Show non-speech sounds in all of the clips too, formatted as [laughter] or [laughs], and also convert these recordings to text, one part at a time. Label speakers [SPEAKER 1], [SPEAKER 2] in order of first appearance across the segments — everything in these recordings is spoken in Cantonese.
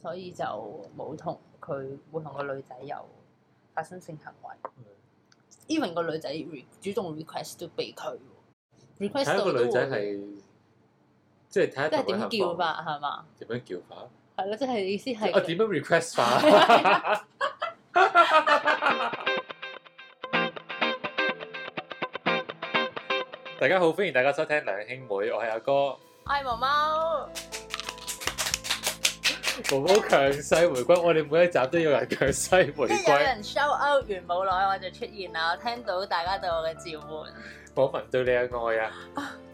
[SPEAKER 1] 所以就冇同佢冇同個女仔有發生性行為。even 個女仔 re- 主動 request 都俾佢喎
[SPEAKER 2] 睇
[SPEAKER 1] ，request
[SPEAKER 2] 下
[SPEAKER 1] 到
[SPEAKER 2] 個
[SPEAKER 1] 都
[SPEAKER 2] 女仔
[SPEAKER 1] 會，
[SPEAKER 2] 係即係睇下
[SPEAKER 1] 即係
[SPEAKER 2] 同佢
[SPEAKER 1] 點
[SPEAKER 2] 合
[SPEAKER 1] 叫
[SPEAKER 2] 唔合
[SPEAKER 1] 法係嘛？
[SPEAKER 2] 點樣叫法？
[SPEAKER 1] 係咯，即係意思係
[SPEAKER 2] 我哦點樣 Ờ, request 法？大家好，歡迎大家收聽兩兄妹，我係阿哥，
[SPEAKER 1] 嗌毛毛，
[SPEAKER 2] 毛毛強勢回歸，我哋每一集都要有人強勢回
[SPEAKER 1] 即係有
[SPEAKER 2] 歸，
[SPEAKER 1] 人 show out 完冇耐我就出現啦，我聽到大家對我嘅召喚，
[SPEAKER 2] 網民對你嘅愛啊！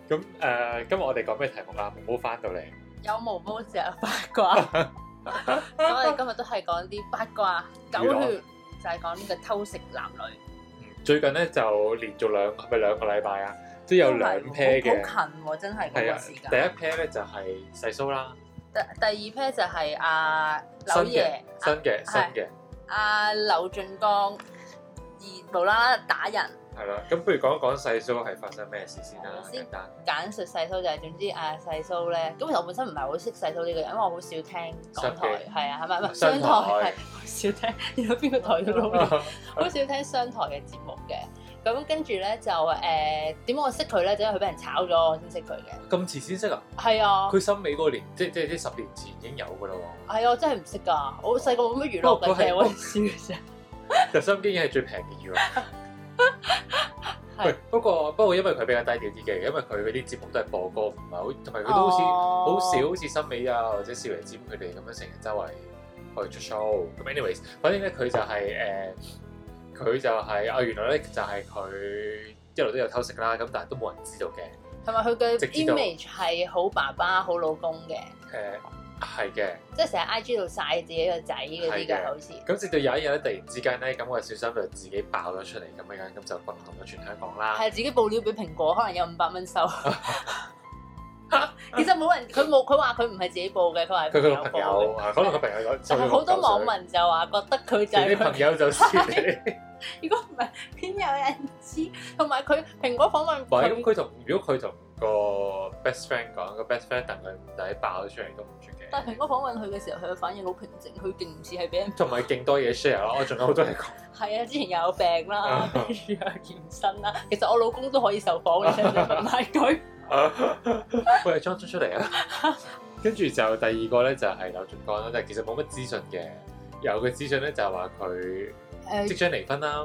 [SPEAKER 2] 咁誒、呃今日我哋講咩題目啊？毛毛翻到嚟，
[SPEAKER 1] 有毛毛就有八
[SPEAKER 2] [laughs]
[SPEAKER 1] 卦。咁我哋今日都係講啲八卦狗
[SPEAKER 2] 啊
[SPEAKER 1] 血，就係講呢個偷食男女，
[SPEAKER 2] 嗯最近咧就連續兩係咪兩個禮拜啊？都有兩 pair 嘅，
[SPEAKER 1] 好近喎，真係嗰
[SPEAKER 2] 係啊
[SPEAKER 1] 個時！
[SPEAKER 2] 第一
[SPEAKER 1] 間。
[SPEAKER 2] pair 咧就係細蘇
[SPEAKER 1] 啊
[SPEAKER 2] 啦，
[SPEAKER 1] 第第二 pair 就係阿
[SPEAKER 2] 新
[SPEAKER 1] 柳
[SPEAKER 2] 嘅
[SPEAKER 1] 爺、
[SPEAKER 2] 新嘅新
[SPEAKER 1] 係
[SPEAKER 2] 嘅。
[SPEAKER 1] 阿柳俊江而無啦啦打人，
[SPEAKER 2] 係啦，咁不如講一講細蘇係發生咩事先啦，
[SPEAKER 1] 先
[SPEAKER 2] 簡單。
[SPEAKER 1] 簡述細蘇就係總之阿細蘇咧，咁其實我本身唔係好識細蘇呢個人，因為我好少聽港台，
[SPEAKER 2] 商
[SPEAKER 1] 係啊，係咪唔係
[SPEAKER 2] 商
[SPEAKER 1] 商台
[SPEAKER 2] 台
[SPEAKER 1] 係好少聽，然後邊個台都撈亂好少聽商台嘅節目嘅。咁跟住咧就誒點解我識佢咧？就因為佢俾人炒咗，我先識佢嘅。
[SPEAKER 2] 咁遲先識啊？
[SPEAKER 1] 係啊，
[SPEAKER 2] 佢森美嗰年，即即即十年前已經有㗎啦
[SPEAKER 1] [laughs]
[SPEAKER 2] 喎。
[SPEAKER 1] 係啊，我真係唔識㗎。我細個冇乜娛樂
[SPEAKER 2] 不過
[SPEAKER 1] 嘅
[SPEAKER 2] 佢係
[SPEAKER 1] 啫，我係書嘅啫。
[SPEAKER 2] 但收音機已經係最平嘅娛樂。
[SPEAKER 1] 係
[SPEAKER 2] 喂，不過不過因為佢比較低調啲嘅，因為佢嗰啲節目都係播歌，唔係好，同埋佢都好
[SPEAKER 1] 哦
[SPEAKER 2] 似好少，好似森美啊或者少爺尖佢哋咁樣成日周圍去出 show。咁 anyways，反正咧佢就係、誒，佢、就係、啊原來咧就係佢一路都有偷食啦，咁但係都冇人知道嘅。
[SPEAKER 1] 同埋佢嘅
[SPEAKER 2] 直至到
[SPEAKER 1] image 係好爸爸、好老公嘅，
[SPEAKER 2] 誒係嘅。
[SPEAKER 1] 即係成日 IG 度晒自己個仔嗰啲
[SPEAKER 2] 係嘅
[SPEAKER 1] 㗎，好似。
[SPEAKER 2] 咁直到有一日咧，突然之間咧，咁我小心就自己爆咗出嚟咁樣樣，咁就轟動咗全香港啦。
[SPEAKER 1] 係自己報料俾蘋果，可能有五百蚊
[SPEAKER 2] [laughs]
[SPEAKER 1] 收。 [laughs] 其實冇人，佢冇，佢話佢唔係自己報嘅，佢話
[SPEAKER 2] 佢佢個
[SPEAKER 1] 報
[SPEAKER 2] 朋友
[SPEAKER 1] 嘅。
[SPEAKER 2] 啊，可能佢朋友有，
[SPEAKER 1] 但係好多網民就話覺得佢就
[SPEAKER 2] 佢
[SPEAKER 1] 係
[SPEAKER 2] 啲
[SPEAKER 1] 佢
[SPEAKER 2] 朋友就知
[SPEAKER 1] 如
[SPEAKER 2] 你。
[SPEAKER 1] 果唔係，邊有人知？同埋佢蘋果訪問
[SPEAKER 2] 喂，咁
[SPEAKER 1] 佢，
[SPEAKER 2] 佢同如果佢同個 best friend 講，個 best friend 等佢唔抵爆咗出嚟都唔出
[SPEAKER 1] 但係蘋
[SPEAKER 2] 嘅。
[SPEAKER 1] 果訪問佢嘅時候，佢嘅反應好平靜，佢勁唔似係俾人
[SPEAKER 2] 同埋勁多嘢 share 啦，我仲有好多 [laughs] 嘢講。
[SPEAKER 1] 係啊，之前有病啦，跟住又健身啦。其實我老公都可以受訪嘅，你想唔想問下佢？
[SPEAKER 2] 喂，John 出出嚟啊！跟住就第二個咧就係柳俊江啦，但係其實冇乜資訊嘅，有嘅資訊咧就係話佢。即
[SPEAKER 1] 誒，
[SPEAKER 2] 將離婚啦，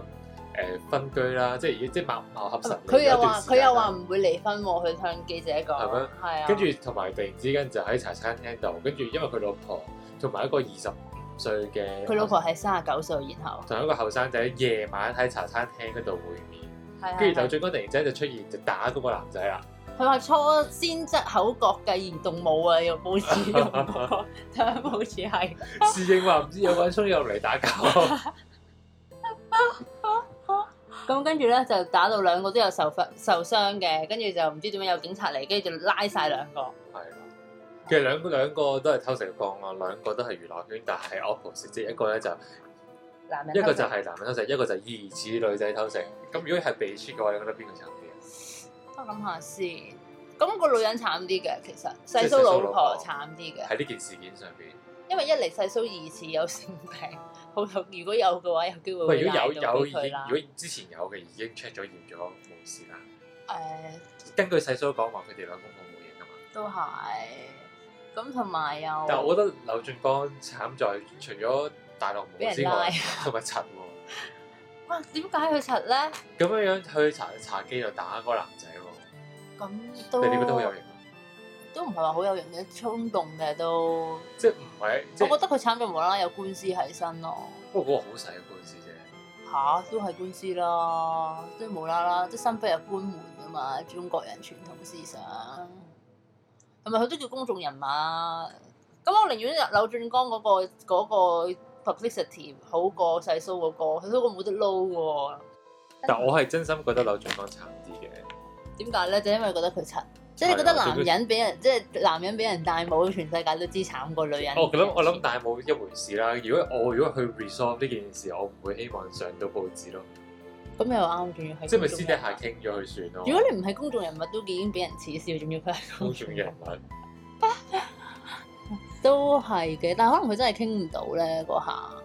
[SPEAKER 2] 誒、分居啦，即係即係貌貌合神離
[SPEAKER 1] 嗯啊佢又
[SPEAKER 2] 有一段
[SPEAKER 1] 話
[SPEAKER 2] 時間
[SPEAKER 1] 佢又
[SPEAKER 2] 啦
[SPEAKER 1] 話唔會離婚喎，佢向記者
[SPEAKER 2] 係
[SPEAKER 1] 講
[SPEAKER 2] 咩，
[SPEAKER 1] 係啊。
[SPEAKER 2] 跟住同埋突然之間就喺茶餐廳度，跟住因為佢老婆同埋一個二十五歲嘅
[SPEAKER 1] 佢老婆係三十九歲，然後
[SPEAKER 2] 同一個後生仔夜晚喺茶餐廳嗰度會面，
[SPEAKER 1] 係啊係
[SPEAKER 2] 跟住就
[SPEAKER 1] 啊
[SPEAKER 2] 最嗰突然之間就出現就打嗰個男仔啦，
[SPEAKER 1] 佢話初先則口角嘅移動舞啊，又冇似用過， [laughs] 就係好似係。
[SPEAKER 2] 侍應話唔知有個人衝入
[SPEAKER 1] [laughs]
[SPEAKER 2] 嚟打交，
[SPEAKER 1] 咁跟住咧就打到兩個都有受罰受傷嘅，跟住就唔知點樣有警察嚟，跟住就拉晒兩個。
[SPEAKER 2] 係啦。其實兩個兩個都係偷食嘅個案，兩個都係娛樂圈，但係 opposite，即係一個咧就
[SPEAKER 1] 男人
[SPEAKER 2] 一個
[SPEAKER 1] 偷
[SPEAKER 2] 就
[SPEAKER 1] 食
[SPEAKER 2] 係男人偷食，一個就係疑似女仔偷食。咁如果係被 cheat 嘅話，你覺得邊個慘啲啊？
[SPEAKER 1] 我諗下先，咁、個女人慘啲嘅，其實
[SPEAKER 2] 係
[SPEAKER 1] 細
[SPEAKER 2] 細
[SPEAKER 1] 蘇
[SPEAKER 2] 蘇
[SPEAKER 1] 老
[SPEAKER 2] 老
[SPEAKER 1] 婆
[SPEAKER 2] 婆
[SPEAKER 1] 慘啲嘅，
[SPEAKER 2] 喺呢件事件上邊，
[SPEAKER 1] 因為一嚟細蘇疑似有性病，好有如果有嘅話，有機會
[SPEAKER 2] 喂，
[SPEAKER 1] 會
[SPEAKER 2] 如果
[SPEAKER 1] 拉
[SPEAKER 2] 有
[SPEAKER 1] 到
[SPEAKER 2] 有
[SPEAKER 1] 俾
[SPEAKER 2] 已經
[SPEAKER 1] 佢，啦
[SPEAKER 2] 如。果之前有嘅已經 check 咗驗咗冇事啦。
[SPEAKER 1] 誒、
[SPEAKER 2] 根據細蘇講話，佢哋兩公婆冇嘢噶嘛。
[SPEAKER 1] 都係，咁同埋又
[SPEAKER 2] 但係我覺得柳俊江慘在除咗大陸
[SPEAKER 1] 俾
[SPEAKER 2] 冇
[SPEAKER 1] 人
[SPEAKER 2] 之
[SPEAKER 1] 拉
[SPEAKER 2] 外，，同埋柒喎，
[SPEAKER 1] 哇！點解佢柒咧？
[SPEAKER 2] 咁樣樣去茶茶記度打嗰個男仔喎，
[SPEAKER 1] 咁
[SPEAKER 2] 你
[SPEAKER 1] 都
[SPEAKER 2] 哋覺得好有型啊？
[SPEAKER 1] 都唔係話好有型嘅衝動嘅都，
[SPEAKER 2] 即係唔係即
[SPEAKER 1] 我
[SPEAKER 2] 係
[SPEAKER 1] 覺得佢慘就無啦啦有官司喺身咯。
[SPEAKER 2] 不過嗰個好細嘅官司啫。
[SPEAKER 1] 吓、都係官司啦，即係無啦啦，即係身不入官門噶嘛，中國人傳統思想，同埋佢都叫公眾人物。咁我寧願柳俊江嗰、個嗰、個 publicity 好過細蘇嗰、個，佢都冇得撈喎。
[SPEAKER 2] 但我係真心覺得柳俊江慘啲嘅，
[SPEAKER 1] 點解咧？就因為覺得佢柒，即係你覺得
[SPEAKER 2] 係啊
[SPEAKER 1] 男人俾人即係男人俾人戴帽，全世界都知慘過女人。
[SPEAKER 2] 哦我諗我諗，但係冇一回事啦。如果我如果去 resolve 呢件事，我唔會希望上到報紙咯，
[SPEAKER 1] 咁又啱，仲要係
[SPEAKER 2] 即係
[SPEAKER 1] 公眾
[SPEAKER 2] 咪私底下
[SPEAKER 1] 人物
[SPEAKER 2] 傾啊咗佢算咯。
[SPEAKER 1] 如果你唔係公眾人物，都已經俾人恥笑，仲要佢係
[SPEAKER 2] 公眾人物，
[SPEAKER 1] 都係嘅，但係可能佢真係傾唔到咧嗰下，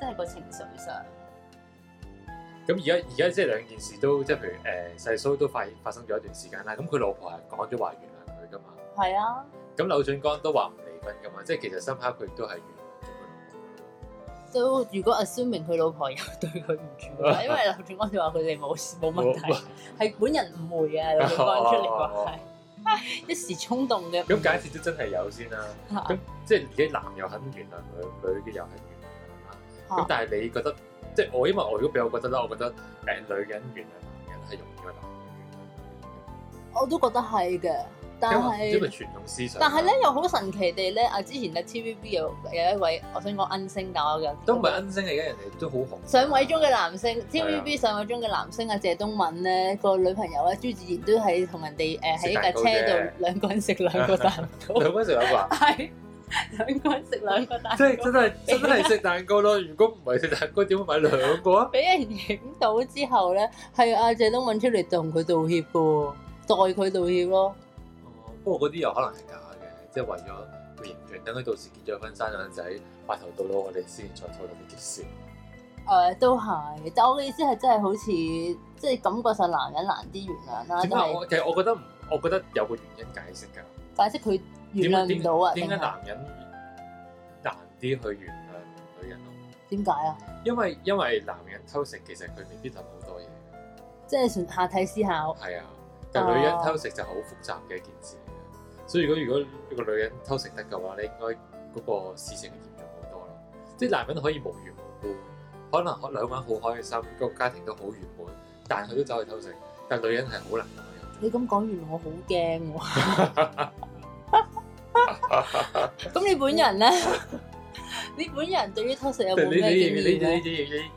[SPEAKER 1] 真係個情緒上。
[SPEAKER 2] 咁而家而家即係兩件事都即係譬如誒細蘇都發發生咗一段時間啦，咁佢老婆係講咗話原諒佢噶嘛，
[SPEAKER 1] 係啊，
[SPEAKER 2] 咁柳俊江都話唔離婚噶嘛，即係其實深刻佢都係原諒咗佢
[SPEAKER 1] 都如果 assuming 佢老婆有對佢唔住 [laughs] 嘅話，因為劉俊安就話佢哋冇冇問題，係本人誤會 [laughs] 嘅，劉俊安出嚟
[SPEAKER 2] 哦
[SPEAKER 1] 話係 [laughs] 一時衝動嘅。
[SPEAKER 2] 老婆。咁假設都真係有先啦，咁即係而家男又肯原諒佢，女嘅又肯原諒佢啦。咁但係你覺得即係我，因為我如果俾我覺得啦，我覺得誒、女人原諒男人係容易過男人
[SPEAKER 1] 我都覺得係嘅，但
[SPEAKER 2] 原諒女人，因為因為
[SPEAKER 1] 係
[SPEAKER 2] 傳統思想。
[SPEAKER 1] 但係咧又好神奇地咧，啊之前咧 TVB 有有一位我想講恩星，但我有
[SPEAKER 2] 都唔係恩星嚟嘅，人哋都好紅。
[SPEAKER 1] 上位中嘅男星
[SPEAKER 2] 啊
[SPEAKER 1] ，TVB 上位中嘅男星啊，謝東敏咧個女朋友咧朱自然都係同人哋誒
[SPEAKER 2] 食
[SPEAKER 1] 喺
[SPEAKER 2] 蛋
[SPEAKER 1] 架
[SPEAKER 2] 糕
[SPEAKER 1] 車
[SPEAKER 2] 啫
[SPEAKER 1] 度兩個人食兩
[SPEAKER 2] [laughs]
[SPEAKER 1] 個蛋糕， [laughs]
[SPEAKER 2] 兩個人食兩個，
[SPEAKER 1] 係兩個人食兩個蛋
[SPEAKER 2] 即係
[SPEAKER 1] 糕
[SPEAKER 2] 真，係真係食蛋糕咯。如果唔係食蛋糕，點會買兩個啊？
[SPEAKER 1] 俾人影到之後咧，係阿謝東敏出嚟同佢道歉嘅喎，代佢道歉咯。
[SPEAKER 2] 哦不過嗰啲有可能係假嘅，即係為咗佢形象，等佢到時結咗婚生咗個仔，白頭到老，我哋先再討論呢件事。
[SPEAKER 1] 誒、都係，但我嘅意思係真係好似即係感覺上男人難啲原諒啦，
[SPEAKER 2] 點
[SPEAKER 1] 就
[SPEAKER 2] 解
[SPEAKER 1] 係
[SPEAKER 2] 我其實我覺得唔，我覺得有個原因解釋㗎。
[SPEAKER 1] 解釋佢原諒唔到啊，定
[SPEAKER 2] 點解
[SPEAKER 1] 係
[SPEAKER 2] 男人難啲去原諒女人咯？
[SPEAKER 1] 點解啊？
[SPEAKER 2] 因為因為男人偷食其實佢未必諗好多嘢，
[SPEAKER 1] 即係純下體思考，
[SPEAKER 2] 係啊。但
[SPEAKER 1] 哦
[SPEAKER 2] 女人偷食就好複雜嘅一件事嚟嘅，所以如果如果個女人偷食得嘅話，你應該嗰個事情嚴重好多咯。即係男人可以無緣無故，可能兩個人好開心，個家庭都好圓滿，但係佢都走去偷食。但女人係好難咁樣
[SPEAKER 1] 你咁講完我好驚喎。
[SPEAKER 2] [laughs]
[SPEAKER 1] 咁你本人咧？你本人對於偷食有
[SPEAKER 2] 做。
[SPEAKER 1] 冇
[SPEAKER 2] 你
[SPEAKER 1] 咩經
[SPEAKER 2] 你
[SPEAKER 1] 驗
[SPEAKER 2] 你
[SPEAKER 1] 咧？
[SPEAKER 2] 你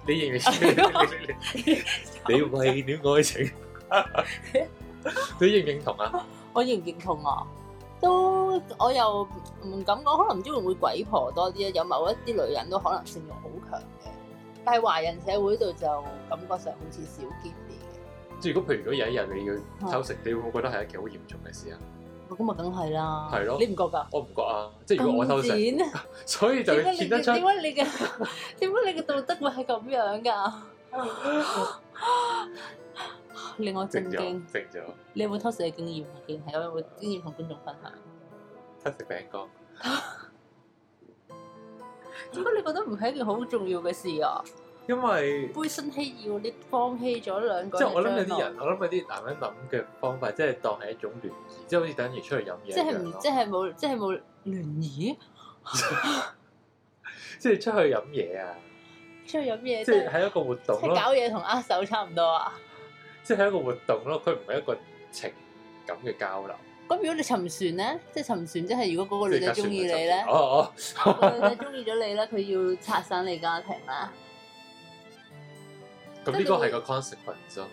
[SPEAKER 2] 你你你認你你為了愛情，你認唔認同啊？
[SPEAKER 1] 我認唔認同啊？都我又唔敢講，可能唔知會唔會鬼婆多啲啊？有某一啲女人都可能性慾好強嘅，但係華人社會度就感覺上好似少見啲嘅。
[SPEAKER 2] 即係如果譬如如果有一日你要偷食，你會唔會覺得係一件好嚴重嘅事啊？
[SPEAKER 1] 咁啊，梗係啦，
[SPEAKER 2] 係咯
[SPEAKER 1] 你唔覺㗎？
[SPEAKER 2] 我唔覺啊，即係如果我偷食，
[SPEAKER 1] 咁賤
[SPEAKER 2] 所以就
[SPEAKER 1] 點解
[SPEAKER 2] 見
[SPEAKER 1] 你
[SPEAKER 2] 得
[SPEAKER 1] 嘅 [laughs]
[SPEAKER 2] 出
[SPEAKER 1] 點解你嘅點解你嘅道德會係咁樣㗎？ [laughs] 令我震
[SPEAKER 2] 靜
[SPEAKER 1] 驚。
[SPEAKER 2] 咗，靜咗，
[SPEAKER 1] 你有冇偷食嘅經驗啊？竟然係有冇經驗同觀眾分享？
[SPEAKER 2] 偷食餅乾。
[SPEAKER 1] 點解你覺得唔係一件好重要嘅事啊？
[SPEAKER 2] 因為
[SPEAKER 1] 背信棄義喎，你放棄咗兩個
[SPEAKER 2] 即係
[SPEAKER 1] 人
[SPEAKER 2] 我諗有
[SPEAKER 1] 嘅
[SPEAKER 2] 啲
[SPEAKER 1] 將來
[SPEAKER 2] 人，我諗有啲男人諗嘅方法，即係當係一種聯誼，即係好似等於出去飲嘢一
[SPEAKER 1] 即係
[SPEAKER 2] 樣
[SPEAKER 1] 唔
[SPEAKER 2] 咯
[SPEAKER 1] 即係冇即係冇聯誼，
[SPEAKER 2] 即係出去飲嘢啊，
[SPEAKER 1] 出去飲嘢
[SPEAKER 2] 即
[SPEAKER 1] 即
[SPEAKER 2] 係
[SPEAKER 1] 係
[SPEAKER 2] 係一個活動
[SPEAKER 1] 即係
[SPEAKER 2] 咯，
[SPEAKER 1] 搞嘢同握手差唔多啊！
[SPEAKER 2] 即係一個活動咯，佢唔係一個情感嘅交流。
[SPEAKER 1] 咁如果你沉船咧，即係沉船，即係如果嗰個
[SPEAKER 2] 即
[SPEAKER 1] 女仔
[SPEAKER 2] 係隔船
[SPEAKER 1] 中意
[SPEAKER 2] 咪
[SPEAKER 1] 你
[SPEAKER 2] 就
[SPEAKER 1] 咧，
[SPEAKER 2] 哦
[SPEAKER 1] 嗰個女仔中意咗你咧，佢要拆散你家庭啦。
[SPEAKER 2] 哦，咁呢個係個 consequence 咯，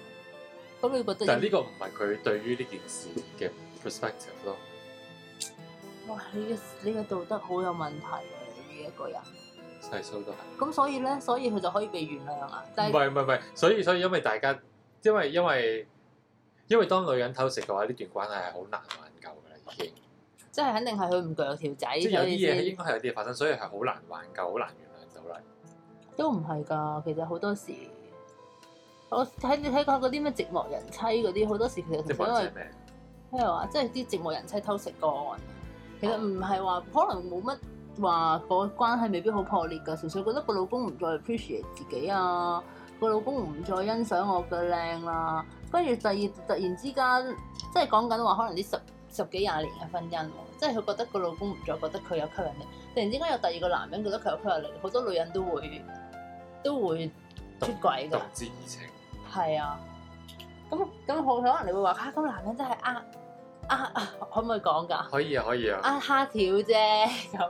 [SPEAKER 1] 咁你覺得
[SPEAKER 2] 但係呢個唔係佢對於呢件事嘅 perspective 咯。
[SPEAKER 1] 哇！你嘅你嘅道德好有問題啊！你呢一個人，
[SPEAKER 2] 細數都係。
[SPEAKER 1] 咁所以咧，所以佢就可以被原諒啊！但
[SPEAKER 2] 唔
[SPEAKER 1] 係
[SPEAKER 2] 係唔係唔係，所以所以因為大家，因為因為因為當女人偷食嘅話，呢段關係係好難挽救嘅啦，已經。
[SPEAKER 1] 即係肯定係佢唔鋸條仔，
[SPEAKER 2] 即係有
[SPEAKER 1] 所
[SPEAKER 2] 啲
[SPEAKER 1] 以
[SPEAKER 2] 嘢係
[SPEAKER 1] 先
[SPEAKER 2] 應該係有啲嘢發生，所以係好難挽救，好難原諒到啦。
[SPEAKER 1] 都唔係㗎，其實好多時，我睇你睇過嗰啲咩寂寞人妻嗰啲，好多時其實
[SPEAKER 2] 即係
[SPEAKER 1] 就因
[SPEAKER 2] 冇
[SPEAKER 1] 為
[SPEAKER 2] 人咩？
[SPEAKER 1] 咩話，即係啲寂寞人妻偷食個案，其實唔係話可能冇乜話個關係未必好破裂㗎，純粹覺得個老公唔再 appreciate 自己啊，個老公唔再欣賞我嘅靚啦，跟住第二突然之間，即係講緊話可能啲十十幾廿年嘅婚姻喎，即係佢覺得個老公唔再覺得佢有吸引力，突然之間有第二個男人覺得佢有吸引力，好多女人都會都會出軌㗎
[SPEAKER 2] 動。之以情，
[SPEAKER 1] 係啊，咁咁好可能你會話啊，咁男人真係呃呃啊，可唔可以講㗎？
[SPEAKER 2] 可以啊，可以啊。
[SPEAKER 1] 呃蝦條啫咁，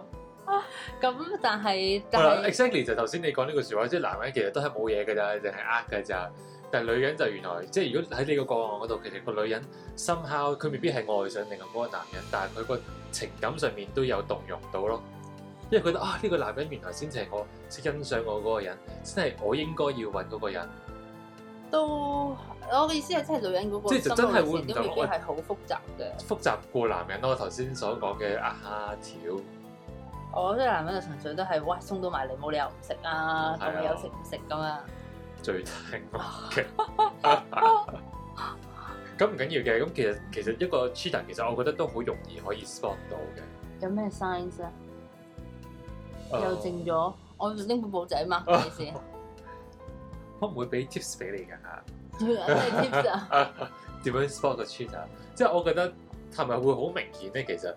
[SPEAKER 1] 啊咁但係
[SPEAKER 2] 係啊
[SPEAKER 1] 但
[SPEAKER 2] 啦
[SPEAKER 1] 係
[SPEAKER 2] ，exactly 就頭先你講呢句説話，即係男人其實都係冇嘢㗎咋，淨係呃㗎咋。但係女人就原來，即係如果喺呢個個案嗰度，其實個女人 somehow 佢未必係愛上另外嗰個男人，但係佢個情感上面都有動容到咯。因為覺得啊，呢、個男人原來先至係我欣賞我嗰個人，先係我應該要揾嗰個人。
[SPEAKER 1] 都我嘅意思係，即係女人嗰個
[SPEAKER 2] 即係就真係會唔
[SPEAKER 1] 心路歷程都未
[SPEAKER 2] 同啊
[SPEAKER 1] 必係好複雜嘅。
[SPEAKER 2] 複雜過男人咯，我頭先所講嘅啊蝦條，
[SPEAKER 1] 我覺得男人就純粹都係，哇，送到埋嚟冇理由唔食啊，
[SPEAKER 2] 係啊
[SPEAKER 1] 咁有食唔食咁啊？
[SPEAKER 2] 最大惡嘅。 [laughs] 咁唔緊要嘅，咁其實其實一個 cheater 其實我覺得都好容易可以 spot 到嘅。呃
[SPEAKER 1] 有咩 signs 啊？
[SPEAKER 2] 誒
[SPEAKER 1] 又靜咗，我拎本簿仔 mark
[SPEAKER 2] 啊
[SPEAKER 1] 住先， [laughs]
[SPEAKER 2] 我唔會俾 tips 俾你㗎 [laughs] 嚇。
[SPEAKER 1] 咩 tips
[SPEAKER 2] [laughs]
[SPEAKER 1] 啊？
[SPEAKER 2] 點樣 spot 個 cheater？即係我覺得係咪會好明顯咧？其實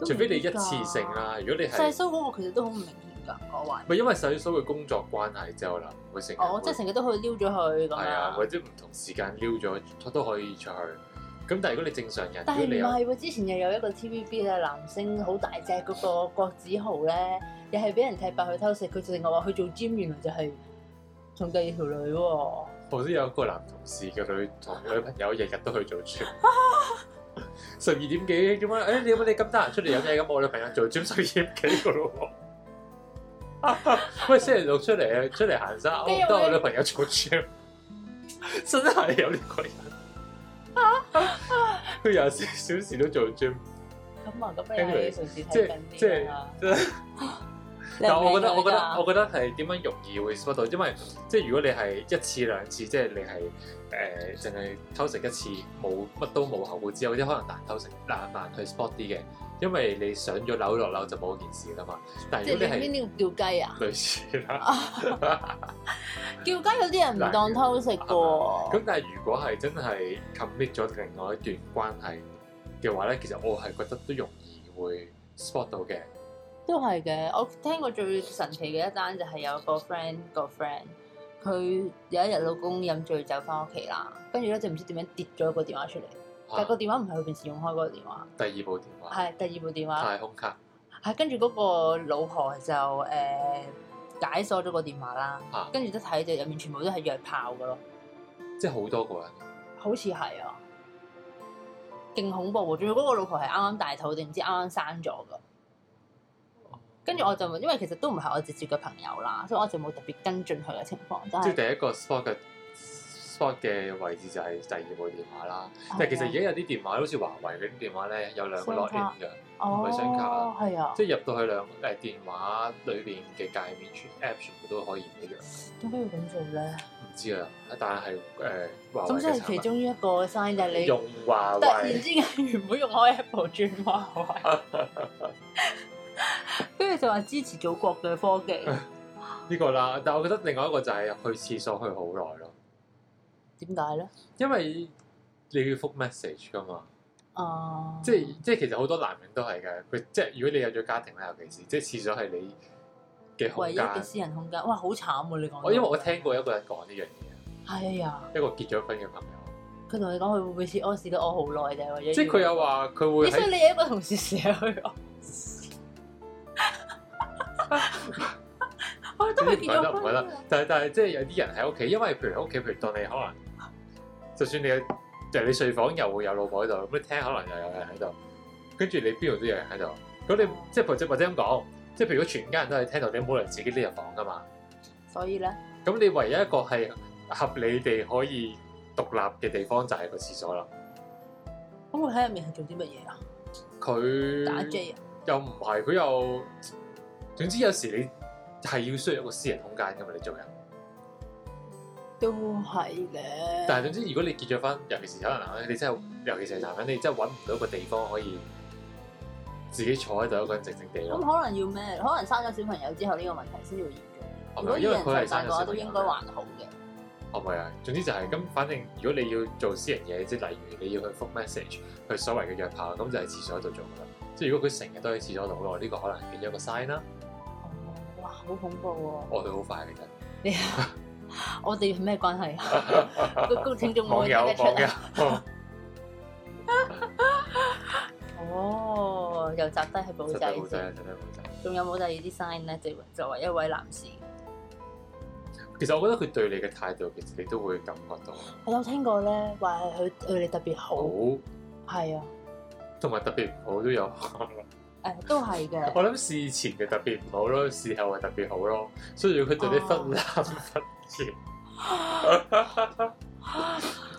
[SPEAKER 2] 除非你一次性。啦，如果你
[SPEAKER 1] 細
[SPEAKER 2] 係
[SPEAKER 1] 蘇嗰個其實都好唔明顯㗎，我懷疑。
[SPEAKER 2] 咪因為細嫂嘅工作關係之後啦，會成日
[SPEAKER 1] 哦，
[SPEAKER 2] 會
[SPEAKER 1] 即係成日都可以撩咗佢咁
[SPEAKER 2] 啊係啊，
[SPEAKER 1] 樣
[SPEAKER 2] 或。者唔同時間撩咗都可以出去。咁但係如果你正常人，如
[SPEAKER 1] 但係
[SPEAKER 2] 果
[SPEAKER 1] 唔
[SPEAKER 2] 你有啊
[SPEAKER 1] 係喎？之前又有一個 TVB 咧，男星好大隻嗰個郭子豪咧，又係俾人踢爆去偷食，佢淨係話去做 gym，原來就係同第二條女喎。
[SPEAKER 2] 我都有一個男同事嘅女同女朋友日日都去做 gym，十二點幾點解？誒、你有冇你咁得閒出嚟飲嘢咁？我女朋友做 gym 十二點幾個咯喎。 [laughs] 喂，星期六出嚟出嚟行山，我
[SPEAKER 1] 跟住
[SPEAKER 2] 得
[SPEAKER 1] 我
[SPEAKER 2] 我女朋友做 gym，真係有呢個人。佢廿四小時都做 gym，
[SPEAKER 1] 咁啊，咁你係
[SPEAKER 2] Anyway，
[SPEAKER 1] 嘗試
[SPEAKER 2] 即
[SPEAKER 1] 睇
[SPEAKER 2] 係
[SPEAKER 1] 緊
[SPEAKER 2] 即
[SPEAKER 1] 啲
[SPEAKER 2] 係
[SPEAKER 1] 啊？[laughs]
[SPEAKER 2] 即係。但係我覺得我覺得
[SPEAKER 1] 靚
[SPEAKER 2] 我覺得係點樣容易會 spot 到，因為即係如果你係一次兩次，即係你係誒淨係偷食一次，冇乜都冇後顧之憂，即係可能難偷食難難去 spot 啲嘅，因為你上咗樓落樓就冇件事啦嘛。但係
[SPEAKER 1] 即
[SPEAKER 2] 如果
[SPEAKER 1] 係你
[SPEAKER 2] 你哦係
[SPEAKER 1] 邊啲叫雞啊？
[SPEAKER 2] 類似啦，
[SPEAKER 1] 叫雞有啲人唔當偷食嘅喎
[SPEAKER 2] 咁。但係如果係真係 commit 咗另外一段關係嘅話咧，其實我係覺得都容易會 spot 到嘅。
[SPEAKER 1] 都係嘅，我聽過最神奇嘅一單就係有個 friend 個 friend，佢有一日老公飲醉酒翻屋企啦，跟住咧就唔知點樣跌咗個電話出嚟，但係個
[SPEAKER 2] 啊
[SPEAKER 1] 電話唔係佢平時用開嗰個電話，
[SPEAKER 2] 第二部電話
[SPEAKER 1] 係第二部電話，
[SPEAKER 2] 太空卡
[SPEAKER 1] 係跟住嗰個老婆就誒、解鎖咗個電話啦
[SPEAKER 2] 啊，
[SPEAKER 1] 跟住一睇就入面全部都係約炮嘅咯，
[SPEAKER 2] 即係好多個人，
[SPEAKER 1] 好似係啊，勁恐怖喎！仲要嗰個老婆係啱啱大肚定唔知啱啱生咗㗎。跟住我
[SPEAKER 2] 哦
[SPEAKER 1] 就問，因為其實都唔係我直接嘅朋友啦，所以我就冇特別跟進佢嘅情況。但
[SPEAKER 2] 即係
[SPEAKER 1] 係
[SPEAKER 2] 第一個 spot 嘅 spot 嘅位置就係第二部電話啦。
[SPEAKER 1] 啊
[SPEAKER 2] 但係其實而家有啲電話，好似華為嗰啲電話咧，有兩個
[SPEAKER 1] 雙
[SPEAKER 2] login
[SPEAKER 1] 卡
[SPEAKER 2] 嘅，
[SPEAKER 1] 哦，
[SPEAKER 2] 係雙卡啊
[SPEAKER 1] 係啊，
[SPEAKER 2] 即係入到去兩誒電話裏邊嘅界面，全 app 全部都可以唔一樣。
[SPEAKER 1] 點解要咁做咧？
[SPEAKER 2] 唔知啊，但係誒、華為
[SPEAKER 1] 咁即
[SPEAKER 2] 嘅
[SPEAKER 1] 係
[SPEAKER 2] 產
[SPEAKER 1] 其
[SPEAKER 2] 品
[SPEAKER 1] 中一個 sign 就係你
[SPEAKER 2] 用華
[SPEAKER 1] 突然之
[SPEAKER 2] 為
[SPEAKER 1] 間原本用開 Apple 轉華為，跟住就話支持祖國嘅科技，
[SPEAKER 2] [laughs] 呢個啦。但係我覺得另外一個就係去廁所去好耐咯，
[SPEAKER 1] 點解咧？
[SPEAKER 2] 因為你要覆 message 㗎嘛。
[SPEAKER 1] 啊，
[SPEAKER 2] 即係即係其實好多男人都係嘅，佢即係如果你有咗家庭咧，尤其是即係廁所係你嘅空
[SPEAKER 1] 唯一嘅
[SPEAKER 2] 間。
[SPEAKER 1] 私人空間，哇，好慘喎！你講到，
[SPEAKER 2] 我因為我聽過一個人講呢樣嘢，
[SPEAKER 1] 係啊，
[SPEAKER 2] 一個結咗婚嘅朋友，
[SPEAKER 1] 佢同你講佢會唔會似屙屎得屙好耐啫，或者
[SPEAKER 2] 即係佢有話佢會
[SPEAKER 1] 咦，所以
[SPEAKER 2] 喺
[SPEAKER 1] 你有一個同事成日去
[SPEAKER 2] [laughs]
[SPEAKER 1] 我，我都未見過
[SPEAKER 2] 唔係得唔係
[SPEAKER 1] 佢。
[SPEAKER 2] 但係但係即係有啲人喺屋企，因為譬如喺屋企，譬如當你可能，就算你有就係你睡房又會有老婆喺度，咁你廳可能又有人喺度，跟住你邊度都有人喺度，咁你即係或者或者咁講，即係譬如如果全家人都喺廳度，你冇人自己匿入房噶嘛，
[SPEAKER 1] 所以咧，
[SPEAKER 2] 咁你唯一一個係啊合理地可以獨立嘅地方就係個廁所啦。
[SPEAKER 1] 咁佢喺入面係做啲乜嘢啊？
[SPEAKER 2] 佢
[SPEAKER 1] 打 J 啊？
[SPEAKER 2] 又唔係佢又，總之有時你係要需要一個私人空間㗎嘛，你做人。
[SPEAKER 1] 嗯都係嘅。
[SPEAKER 2] 但係總之，如果你結咗婚，尤其是可能男人，你真係，尤其是男人，你真係揾唔到一個地方可以自己坐喺度一個人靜靜地
[SPEAKER 1] 咁
[SPEAKER 2] 咯。
[SPEAKER 1] 可能要咩？可能生咗小朋友之後呢個問題先至會嚴重。哦
[SPEAKER 2] 哦係
[SPEAKER 1] 如果
[SPEAKER 2] 咪？啊
[SPEAKER 1] 以
[SPEAKER 2] 因為
[SPEAKER 1] 人
[SPEAKER 2] 佢係
[SPEAKER 1] 世界
[SPEAKER 2] 生
[SPEAKER 1] 嘅
[SPEAKER 2] 咗小
[SPEAKER 1] 話，都
[SPEAKER 2] 朋友
[SPEAKER 1] 應該還好嘅。
[SPEAKER 2] 係咪啊？總之就係、咁，反正如果你要做私人嘢，即係例如你要去覆 message，佢所謂嘅約炮，咁就喺廁所度做㗎啦。即係如果佢成日都喺廁所度好耐，呢、個可能係其中一個 sign 啦。
[SPEAKER 1] 哦哇，好恐怖喎！
[SPEAKER 2] 我哋好快嘅啫。
[SPEAKER 1] 你我哋係咩關係啊？
[SPEAKER 2] [laughs]
[SPEAKER 1] 個個聽眾
[SPEAKER 2] 網
[SPEAKER 1] 冇
[SPEAKER 2] 友
[SPEAKER 1] 聽得出
[SPEAKER 2] 網
[SPEAKER 1] 啊！ [laughs]
[SPEAKER 2] 友，
[SPEAKER 1] 哦，又集低係寶
[SPEAKER 2] 實在
[SPEAKER 1] 仔
[SPEAKER 2] 好仔
[SPEAKER 1] 先。
[SPEAKER 2] 啊，實在好仔。
[SPEAKER 1] 仲有冇第二啲 sign 咧？作為作為一位男士。
[SPEAKER 2] 其實我覺得佢對你嘅態度，其實你都會感覺到
[SPEAKER 1] 我有聽過咧，話佢對你特別好
[SPEAKER 2] 好，，
[SPEAKER 1] 係啊，
[SPEAKER 2] 同埋特別唔好都有。
[SPEAKER 1] 誒、都係嘅。
[SPEAKER 2] [laughs] 我諗事前嘅特別唔好咯，事後係特別好咯。所以如果佢對你忽
[SPEAKER 1] [laughs]
[SPEAKER 2] 冷忽熱，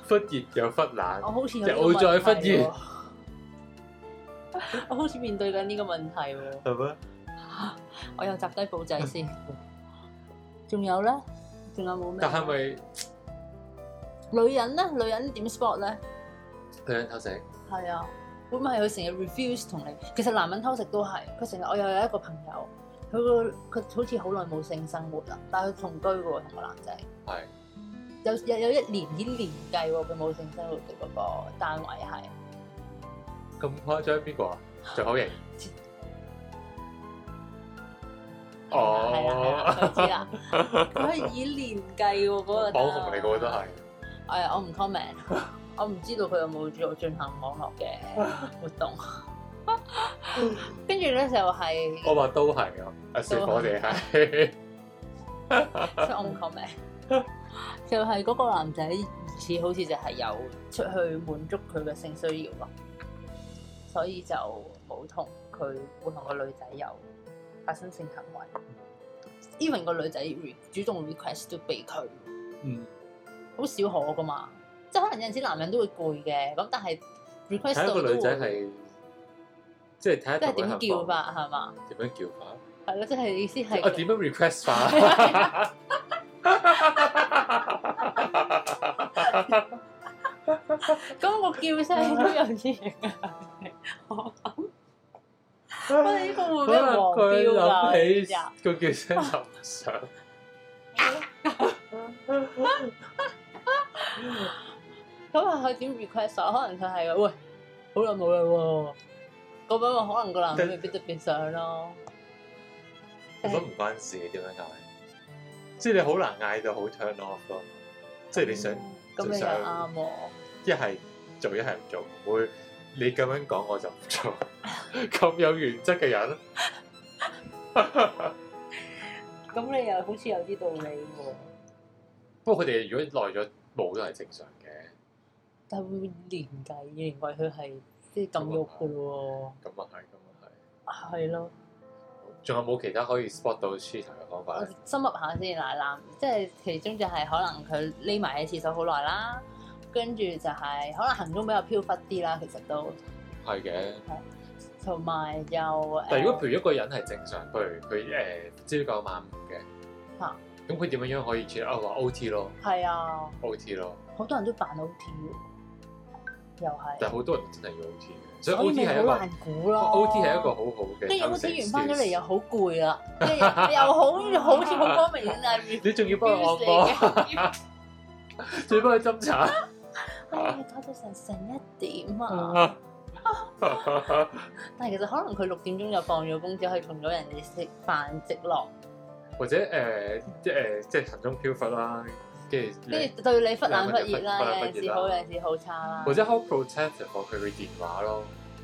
[SPEAKER 2] 忽熱又忽
[SPEAKER 1] 我
[SPEAKER 2] 冷，
[SPEAKER 1] 好似有
[SPEAKER 2] 又再忽
[SPEAKER 1] 忽
[SPEAKER 2] 熱
[SPEAKER 1] [laughs] 我好似面對緊呢個問題喎。 [laughs]
[SPEAKER 2] 係咩？
[SPEAKER 1] 我又集低簿仔
[SPEAKER 2] [laughs]
[SPEAKER 1] 先。仲有咧，仲有冇咩？啊
[SPEAKER 2] 但係咪
[SPEAKER 1] 女人咧，女人點 spot 咧？
[SPEAKER 2] 女人偷食？
[SPEAKER 1] 係啊，會唔會係佢成日 refuse 同你？其實男人偷食都係，佢成日我又有一個朋友，佢個佢好似好耐冇性生活啦，但係佢同居嘅喎，同個男仔。
[SPEAKER 2] 係
[SPEAKER 1] 有有有一年以年計喎，佢冇性生活嘅嗰個單位係。
[SPEAKER 2] 咁誇張邊個啊？最好型
[SPEAKER 1] 係啦
[SPEAKER 2] 哦，
[SPEAKER 1] 係啦，佢知啦。佢係以年計喎嗰個
[SPEAKER 2] [laughs] 網
[SPEAKER 1] 單位。
[SPEAKER 2] 紅嚟個都係。
[SPEAKER 1] 誒，我唔 comment，我唔知道佢有冇做進行網絡嘅活
[SPEAKER 2] [laughs]
[SPEAKER 1] 動。跟住咧就係、
[SPEAKER 2] 我話都係啊，阿雪我
[SPEAKER 1] [laughs]
[SPEAKER 2] 哋係
[SPEAKER 1] 即係我唔 comment，就係嗰個男仔疑似好似就係有出去滿足佢嘅性需要咯，所以就冇同佢冇同個女仔有發生性行為。even 個女仔 re- 主動 request 都俾佢，
[SPEAKER 2] 嗯，
[SPEAKER 1] 好少可噶嘛。即係可能有陣時男人都會攰嘅，咁但係 request
[SPEAKER 2] 睇
[SPEAKER 1] 到
[SPEAKER 2] 一
[SPEAKER 1] 都
[SPEAKER 2] 個
[SPEAKER 1] 會
[SPEAKER 2] 女仔係即係睇下
[SPEAKER 1] 即係
[SPEAKER 2] 同佢
[SPEAKER 1] 點叫
[SPEAKER 2] 合唔合
[SPEAKER 1] 法係嘛？
[SPEAKER 2] 點樣叫法？
[SPEAKER 1] 係咯，即係意思係
[SPEAKER 2] 我哦點樣 request
[SPEAKER 1] [laughs]
[SPEAKER 2] 法？
[SPEAKER 1] 咁我叫聲都有啲嘢㗎。我
[SPEAKER 2] 我
[SPEAKER 1] 哋呢個會唔會俾人黃標㗎？你知唔知啊？
[SPEAKER 2] 佢叫聲就唔
[SPEAKER 1] [laughs]
[SPEAKER 2] 上。
[SPEAKER 1] 咁啊，佢點 request 啊？可能佢係喂，好耐冇啦喎。咁樣話可能個男人未必特別想咯。
[SPEAKER 2] 我都唔關事嘅，點樣嗌？即係你好難嗌到好 turn off 咯。即係你想
[SPEAKER 1] 嗯咁你又
[SPEAKER 2] 想
[SPEAKER 1] 啱喎。
[SPEAKER 2] 一係做，一係唔做，唔會你咁樣講我就唔做。 [laughs] 咁有原則嘅人，
[SPEAKER 1] 咁你又好似有啲道理喎。
[SPEAKER 2] 不過佢哋如果耐咗冇都係正常嘅。
[SPEAKER 1] 但係會年計認為佢係即係咁喐嘅咯
[SPEAKER 2] 咁啊係，咁
[SPEAKER 1] 喎。係咯，
[SPEAKER 2] 啊係。仲有冇其他可以 spot 到 cheater 嘅方法
[SPEAKER 1] 我
[SPEAKER 2] 咧？
[SPEAKER 1] 深入下先嗱嗱，即係其中就係可能佢匿埋喺廁所好耐啦，跟住就係可能行蹤比較飄忽啲啦，其實都
[SPEAKER 2] 係嘅。
[SPEAKER 1] 啊同埋又誒。
[SPEAKER 2] 但係如果譬如一個人係正常，譬如佢誒朝九晚五嘅，
[SPEAKER 1] 嚇
[SPEAKER 2] 咁佢點樣樣可以 cheat 啊？話 OT 咯
[SPEAKER 1] 係啊。
[SPEAKER 2] ，OT 咯，
[SPEAKER 1] 好多人都扮 O T 又係，
[SPEAKER 2] 但係好多人真係要 OT 嘅，所以
[SPEAKER 1] 所以
[SPEAKER 2] OT
[SPEAKER 1] 咪
[SPEAKER 2] 係一
[SPEAKER 1] 好
[SPEAKER 2] 個
[SPEAKER 1] 難估咯。
[SPEAKER 2] OT 係一個好好嘅。
[SPEAKER 1] 跟住 O T 完翻咗嚟又，好攰
[SPEAKER 2] [laughs]
[SPEAKER 1] 啦，跟住又好好似好光明正大
[SPEAKER 2] 你 [laughs] 仲要幫佢按 [laughs]
[SPEAKER 1] 嘅，
[SPEAKER 2] 摩，仲要幫佢
[SPEAKER 1] [laughs]
[SPEAKER 2] 斟茶， [laughs]
[SPEAKER 1] 唉搞到成成一點
[SPEAKER 2] 嗯
[SPEAKER 1] 啊！
[SPEAKER 2] 或
[SPEAKER 1] 但係其實可能佢六點鐘就放咗工，只係同咗人哋食飯直落，
[SPEAKER 2] 者誒即誒即係行蹤飄忽啦，跟住
[SPEAKER 1] 跟住對你忽冷忽熱啦，
[SPEAKER 2] 忽冷忽
[SPEAKER 1] 有
[SPEAKER 2] 熱
[SPEAKER 1] 陣時好，有陣時好差啦。
[SPEAKER 2] 或者好 protective 過佢嘅電話咯，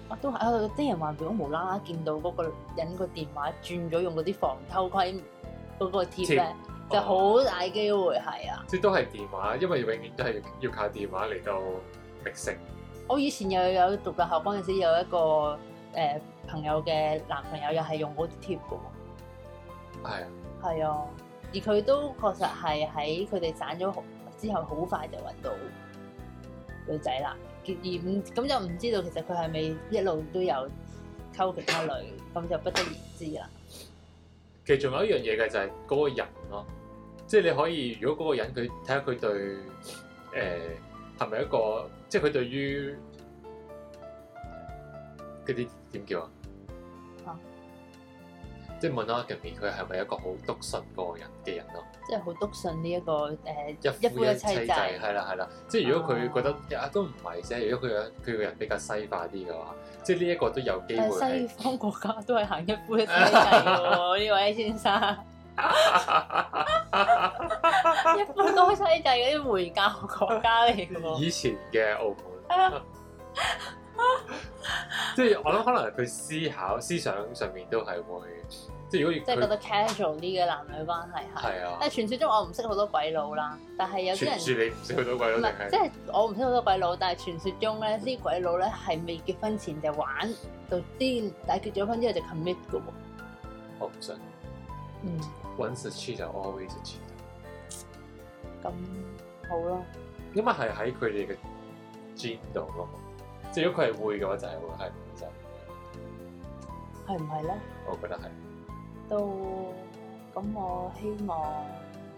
[SPEAKER 1] 我都係啊！啲人話如果無啦啦見到嗰個人個電話轉咗用嗰啲防偷窺嗰個貼咧，
[SPEAKER 2] 貼
[SPEAKER 1] 就好大機會係啊！
[SPEAKER 2] 即係都係電話，因為永遠都係要靠電話嚟到覓食。
[SPEAKER 1] 我以前又有讀大學嗰陣時，有一個誒、呃朋友嘅男朋友又係用嗰啲貼嘅
[SPEAKER 2] 係啊，
[SPEAKER 1] 喎，係啊，而佢都確實係喺佢哋散咗好之後，好快就揾到女仔啦。而唔咁就唔知道其實佢係咪一路都有溝其他女，咁就不得而知啦。
[SPEAKER 2] 其實仲有一樣嘢嘅就係嗰個人咯，即係你可以如果嗰個人佢睇下佢對誒係咪一個，即係佢對於嗰啲點叫
[SPEAKER 1] 啊
[SPEAKER 2] 啊？即係 monogamy，佢係咪一個好篤信嗰個人嘅人咯？
[SPEAKER 1] 即係好篤信呢、一個誒、呃
[SPEAKER 2] 一夫一妻制
[SPEAKER 1] 制，
[SPEAKER 2] 係啦係啦，即係如果佢
[SPEAKER 1] 哦
[SPEAKER 2] 覺得啊都唔係啫，如果佢個佢個人比較西化啲嘅話，即係呢一個都有機會
[SPEAKER 1] 但係西
[SPEAKER 2] 係。
[SPEAKER 1] 方國家都係行一夫一妻制喎，呢位先生，
[SPEAKER 2] [laughs]
[SPEAKER 1] 一夫多妻制嗰啲回教國家嚟嘅喎，
[SPEAKER 2] 以前嘅澳門，
[SPEAKER 1] 啊
[SPEAKER 2] 啊 [laughs] 即係我諗可能佢思考思想上面都係會，即係如
[SPEAKER 1] 即係覺
[SPEAKER 2] 果佢
[SPEAKER 1] 得 casual 啲嘅男女關係係。
[SPEAKER 2] 係啊，
[SPEAKER 1] 但係傳説中我唔識好多鬼佬啦，但係有啲人
[SPEAKER 2] 傳住你唔識去到鬼
[SPEAKER 1] 唔
[SPEAKER 2] 佬定
[SPEAKER 1] 係即
[SPEAKER 2] 係
[SPEAKER 1] 係我唔識好多鬼佬，但係傳説中咧啲鬼佬咧係未結婚前就玩到癲，但係結咗婚之後就 commit 嘅喎。
[SPEAKER 2] 我哦唔信。
[SPEAKER 1] 嗯，
[SPEAKER 2] Once a cheater, always a cheater。
[SPEAKER 1] 咁好咯。
[SPEAKER 2] 因為係喺佢哋嘅 gene 度咯，即係如果佢係會嘅話，就係會係唔會就
[SPEAKER 1] 係
[SPEAKER 2] 係唔會
[SPEAKER 1] 唔係咧？
[SPEAKER 2] 我覺得係。
[SPEAKER 1] 到，咁我希望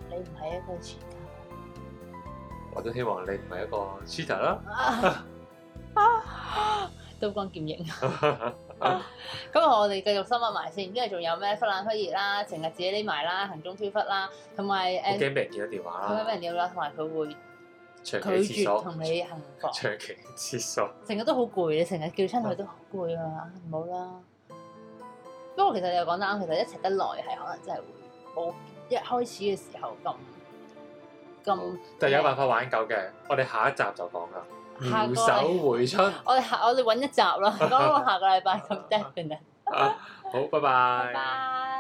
[SPEAKER 1] 你唔係一個全家
[SPEAKER 2] 我都希望你唔係一個
[SPEAKER 1] [laughs]
[SPEAKER 2] cheater 啦。
[SPEAKER 1] 刀光劍影。咁啊我哋繼續深入埋先，因為仲有咩忽冷忽熱啦，成日自己匿埋啦，行蹤飄忽啦，同埋
[SPEAKER 2] 好
[SPEAKER 1] 誒
[SPEAKER 2] 驚俾人見到電話
[SPEAKER 1] 佢咩俾
[SPEAKER 2] 啦
[SPEAKER 1] 人，撩啦，同埋佢會
[SPEAKER 2] 長期
[SPEAKER 1] 拒
[SPEAKER 2] 廁
[SPEAKER 1] 絕
[SPEAKER 2] 所
[SPEAKER 1] 同，你行房，
[SPEAKER 2] 長期廁所。
[SPEAKER 1] 成日都好攰，你成日叫親佢都好攰啊，唔好啦。不過其實你又講得啱，其實一齊得耐係可能真係會冇一開始嘅時候咁咁。
[SPEAKER 2] 但係有辦法挽救嘅，我哋下一集就講啦。
[SPEAKER 1] 下個
[SPEAKER 2] 搖手回春，
[SPEAKER 1] 我哋 [laughs]
[SPEAKER 2] [laughs]
[SPEAKER 1] 下我哋揾一集啦，講我下個禮拜咁得唔得？
[SPEAKER 2] 啊好，拜拜
[SPEAKER 1] 拜。拜。